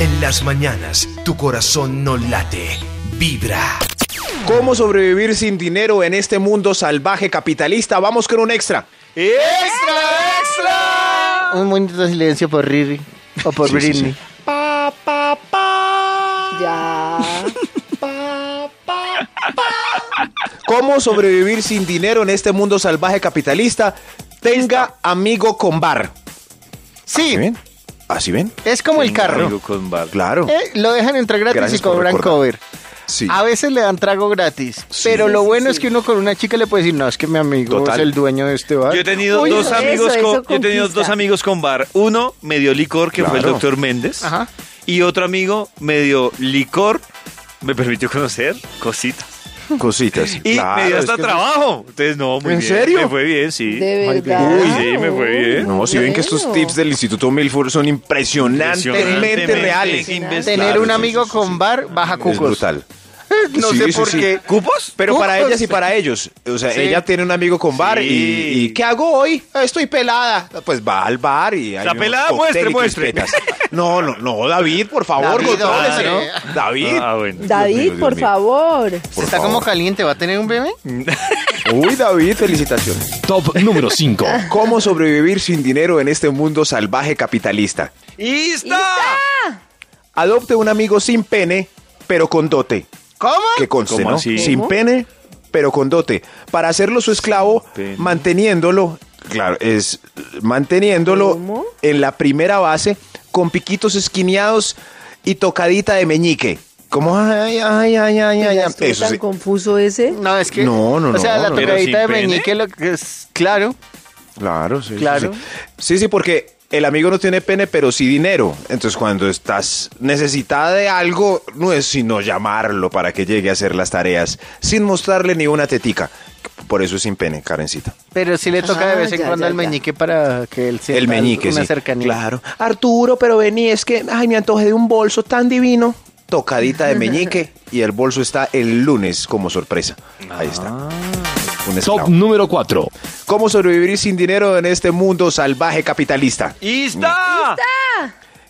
En las mañanas, tu corazón no late, vibra. ¿Cómo sobrevivir sin dinero en este mundo salvaje capitalista? Vamos con un extra. ¡Extra, Un momento de silencio por Riri o por Britney. Ya. ¿Cómo sobrevivir sin dinero en este mundo salvaje capitalista? Tenga amigo con bar. Sí, ¿Así ven? es como el Amigo carro. con bar. Claro. Eh, lo dejan entrar gratis Gracias y por cobran recordar. cover. Sí. A veces le dan trago gratis. Pero lo bueno es que uno con una chica le puede decir, no, es que mi amigo Total. es el dueño de este bar. Yo he tenido Uy, dos eso, amigos eso con, yo he tenido conquista. dos amigos con bar. Uno medio licor que fue el Claro. doctor Méndez Ajá. y otro amigo medio licor me permitió conocer cositas Cositas. y me dio Claro, hasta es que- trabajo. Entonces no, muy ¿En bien. serio? Me fue bien, sí. De Ay, verdad. Uy, sí, me fue bien. No, si ven que estos Bueno. tips del Instituto Milford son impresionantemente Impresionantemente reales. imbéciles. Tener Claro, un sí, amigo con bar baja Es cucos. brutal. No Sí, sé sí, por sí. qué. ¿Cupos? Pero para Cupos. ellas y para ellos. O sea, Sí. ella tiene un amigo con bar Sí. y, y ¿qué hago hoy? Ah, Estoy pelada. Pues va al bar y hay La unos pelada, cóctel y muestre, muestre. crispetas. No, no, no, David, por favor, David, contrólese, hombre. ¿no? David. Ah, bueno. Dios mío, David, Dios por mío. favor. Por Está como favor. caliente, ¿va a tener un bebé? Uy, David, felicitaciones. Top número 5. ¿Cómo sobrevivir sin dinero en este mundo salvaje capitalista? ¡Y está! Adopte un amigo sin pene, pero con dote. ¿Cómo? Que conste, ¿Cómo ¿no? así? Sin ¿Cómo? pene, pero con dote. Para hacerlo su esclavo, pene. manteniéndolo, claro, es eh, manteniéndolo ¿Cómo? en la primera base con piquitos esquineados y tocadita de meñique. Como, ay, ay, ay, ay, ay, Ya ay. estuvo Eso tan sí. confuso ese. No, es que. No, no, O sea, no, la no. tocadita Pero de sin pene. meñique, lo que es. Claro. Claro, sí. sí, Claro. Sí, sí, sí, porque el amigo no tiene pene, pero sí dinero. Entonces, cuando estás necesitada de algo, no es sino llamarlo para que llegue a hacer las tareas sin mostrarle ni una tetica. Por eso es sin pene, Karencita. Pero sí le toca de Ah, vez en ya, cuando ya, al ya. meñique para que él sienta el meñique, una sí. cercanía. Claro. Arturo, pero vení, es que, ay, me antojé de un bolso tan divino. Tocadita de meñique y el bolso está el lunes como sorpresa. Ahí está. Ah. Un Top esclavo. número 4. ¿Cómo sobrevivir sin dinero en este mundo salvaje capitalista? ¡Y está!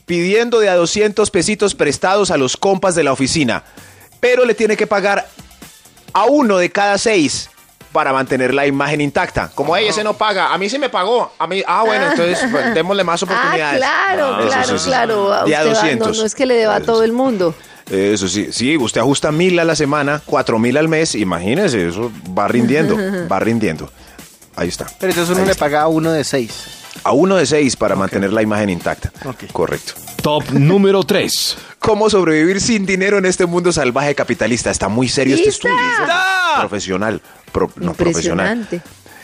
pidiendo de a 200 pesitos prestados a los compas de la oficina, pero le tiene que pagar a uno de cada seis para mantener la imagen intacta. Como, ella ese no paga, a mí se me pagó, a mí, ah, bueno, entonces pues, démosle más Ah, oportunidades. claro, Ah, eso, claro, eso, eso. claro. A De a usted va- 200. no, no es que le Ah, deba a todo el mundo. Eso sí, sí, usted ajusta mil a la semana, cuatro mil al mes, imagínese, eso va rindiendo, va rindiendo. Ahí está. Pero entonces uno Ahí le está. paga a uno de seis. A uno de seis para mantener la imagen intacta. Ok. Correcto. Top número 3. ¿Cómo sobrevivir sin dinero en este mundo salvaje capitalista? Está muy serio este ¡Lista! estudio. Profesional. pro- no, profesional. Impresionante.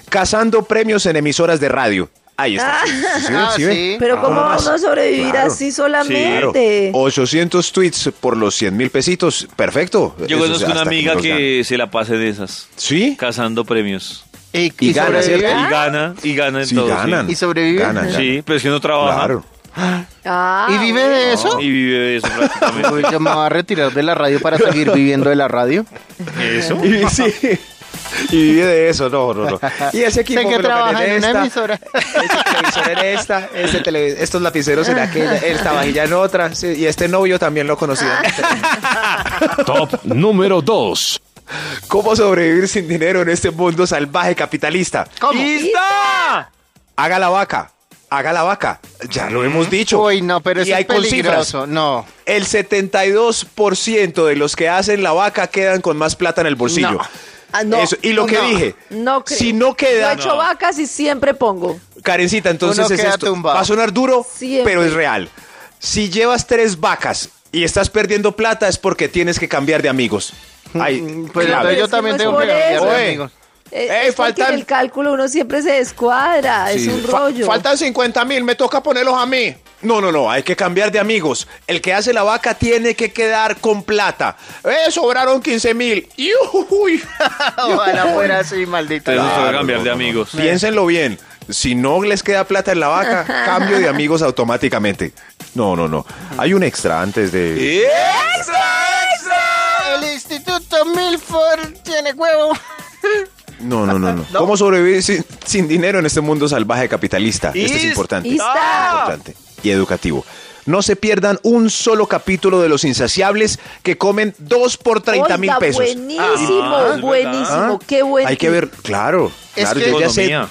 Cazando premios en emisoras de radio. Ahí está. ¿Sí, ven? Ah, ¿Sí ven? sí. Pero ¿cómo Ah, va uno a sobrevivir claro. así Claro. solamente? 800 tweets por los 100 mil pesitos. Perfecto. Yo Pues Eso, conozco o sea, una hasta amiga nos dan. que se la pase de esas, ¿Sí? cazando premios. Y, Y gana, sobrevive. ¿cierto? Y gana, y gana en Sí, todo. sí. ganan. ¿Y sobreviven? Ganan, ganan. Sí, pero es que no trabaja. Claro. Ah, ¿Y vive de eso? Y vive de eso prácticamente. Uy, yo me voy a retirar de la radio para seguir viviendo de la radio. ¿Eso? Y, sí. Y vive de eso, no, no, no. Y ese equipo Sé que me lo trabaja gané en de una esta, emisora. Ese televisor en esta, este tele- estos lapiceros en aquella, esta vajilla en otra, sí, y este novio también lo conocía. Top número 2. ¿Cómo sobrevivir sin dinero en este mundo salvaje capitalista? ¿Cómo? ¡Y está! Haga la vaca, haga la vaca, ya lo hemos dicho. Uy, no, pero Y eso ahí es con cifras. peligroso. No. El 72% de los que hacen la vaca quedan con más plata en el bolsillo. No. Ah, no. Eso, y lo que No. dije, No creo. si no queda, Yo he hecho vacas y siempre pongo. Karencita, entonces Uno es queda esto. tumbado. Va a sonar duro, Siempre. pero es real. Si llevas tres vacas y estás perdiendo plata es porque tienes que cambiar de amigos. Ay, Mm, Pues Claro. clave. entonces yo Pero si también no tengo es que por cambiar eso. de Oye. amigos. Eh, Ey, es porque faltan- en el cálculo uno siempre se descuadra, Sí. es un Fa- rollo. faltan 50 mil, me toca ponerlos a mí. No, no, no, hay que cambiar de amigos. El que hace la vaca tiene que quedar con plata. Eh, sobraron 15 mil. ¡Yujujuy! Ojalá fuera así, maldito. Entonces nos toca Claro, cambiar no, de no, no. amigos. Piénsenlo bien. Si no les queda plata en la vaca, cambio de amigos automáticamente. No, no, no. Hay un extra antes de... El Instituto Milford tiene huevo. No, no, no, no. ¿Cómo sobrevivir sin, sin dinero en este mundo salvaje capitalista? Este es Is- ¡Ah! importante. Ista. Importante. Y educativo. No se pierdan un solo capítulo de Los Insaciables que comen dos por 30 mil Oiga, pesos. Buenísimo, Ah, ¿es verdad? buenísimo, qué bueno. Hay que ver, claro, Es claro, que- yo ya sé, Economía.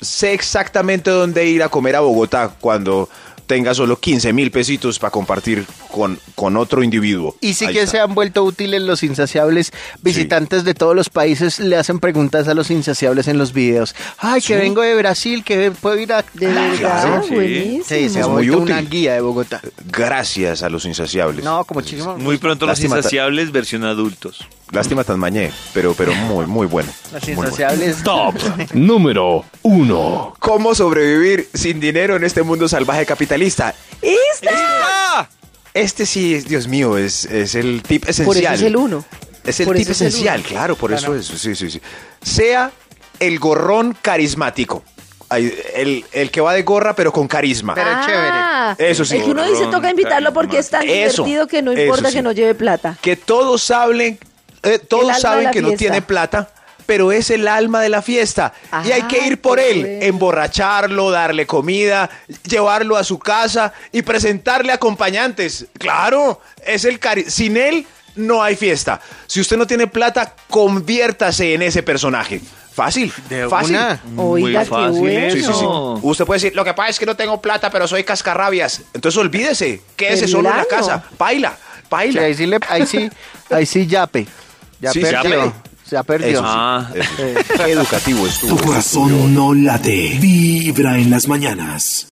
sé exactamente dónde ir a comer a Bogotá cuando tenga solo 15 mil pesitos para compartir con, con otro individuo. Y sí Ahí que está. se han vuelto útiles los insaciables. Visitantes de todos los países le hacen preguntas a los insaciables en los videos. Ay, que vengo de Brasil, que puedo ir a... De verdad, Claro, sí. buenísimo. Sí, se Es ha muy vuelto útil. una guía de Bogotá. Gracias a Los Insaciables. No, como chiquimo. Muy pronto Lástima, ta- los insaciables versión adultos. Lástima tan mañé, pero, pero muy, muy bueno. Los Muy bueno. insaciables. Top. Número 1. ¿Cómo sobrevivir sin dinero en este mundo salvaje capitalista? ¡Esta! Este sí, es- Dios mío, es, es el tip esencial. Por eso es el uno. Es el Por tip eso es el esencial, uno. claro, por eso es. Sí, sí, sí. Sea el gorrón carismático. Ay, El, el que va de gorra, pero con carisma. Pero chévere. Eso sí. Ah, El que uno dice, toca invitarlo porque es tan Eso, divertido que no eso importa sí. que no lleve plata. Que todos saben, eh, El alma todos de saben la que no fiesta. tiene plata, pero es el alma de la fiesta. y hay que Ah, ir por qué él, bueno. emborracharlo, darle comida, llevarlo a su casa y presentarle acompañantes. Claro, es el cari sin él no hay fiesta. Si usted no tiene plata, conviértase en ese personaje. Fácil, De fácil. una. Oiga, qué bueno. Sí, sí, sí. Usted puede decir, lo que pasa es que no tengo plata, pero soy cascarrabias. Entonces olvídese, quédese solo en la Claro. casa. Baila, Sí, baila. ahí sí, le, ahí sí, ahí sí yape. Ya Sí, perdió. yape. Ya perdió. Eso sí. Ah, Eso. Qué educativo estuvo. Tu corazón no late. Vibra en las mañanas.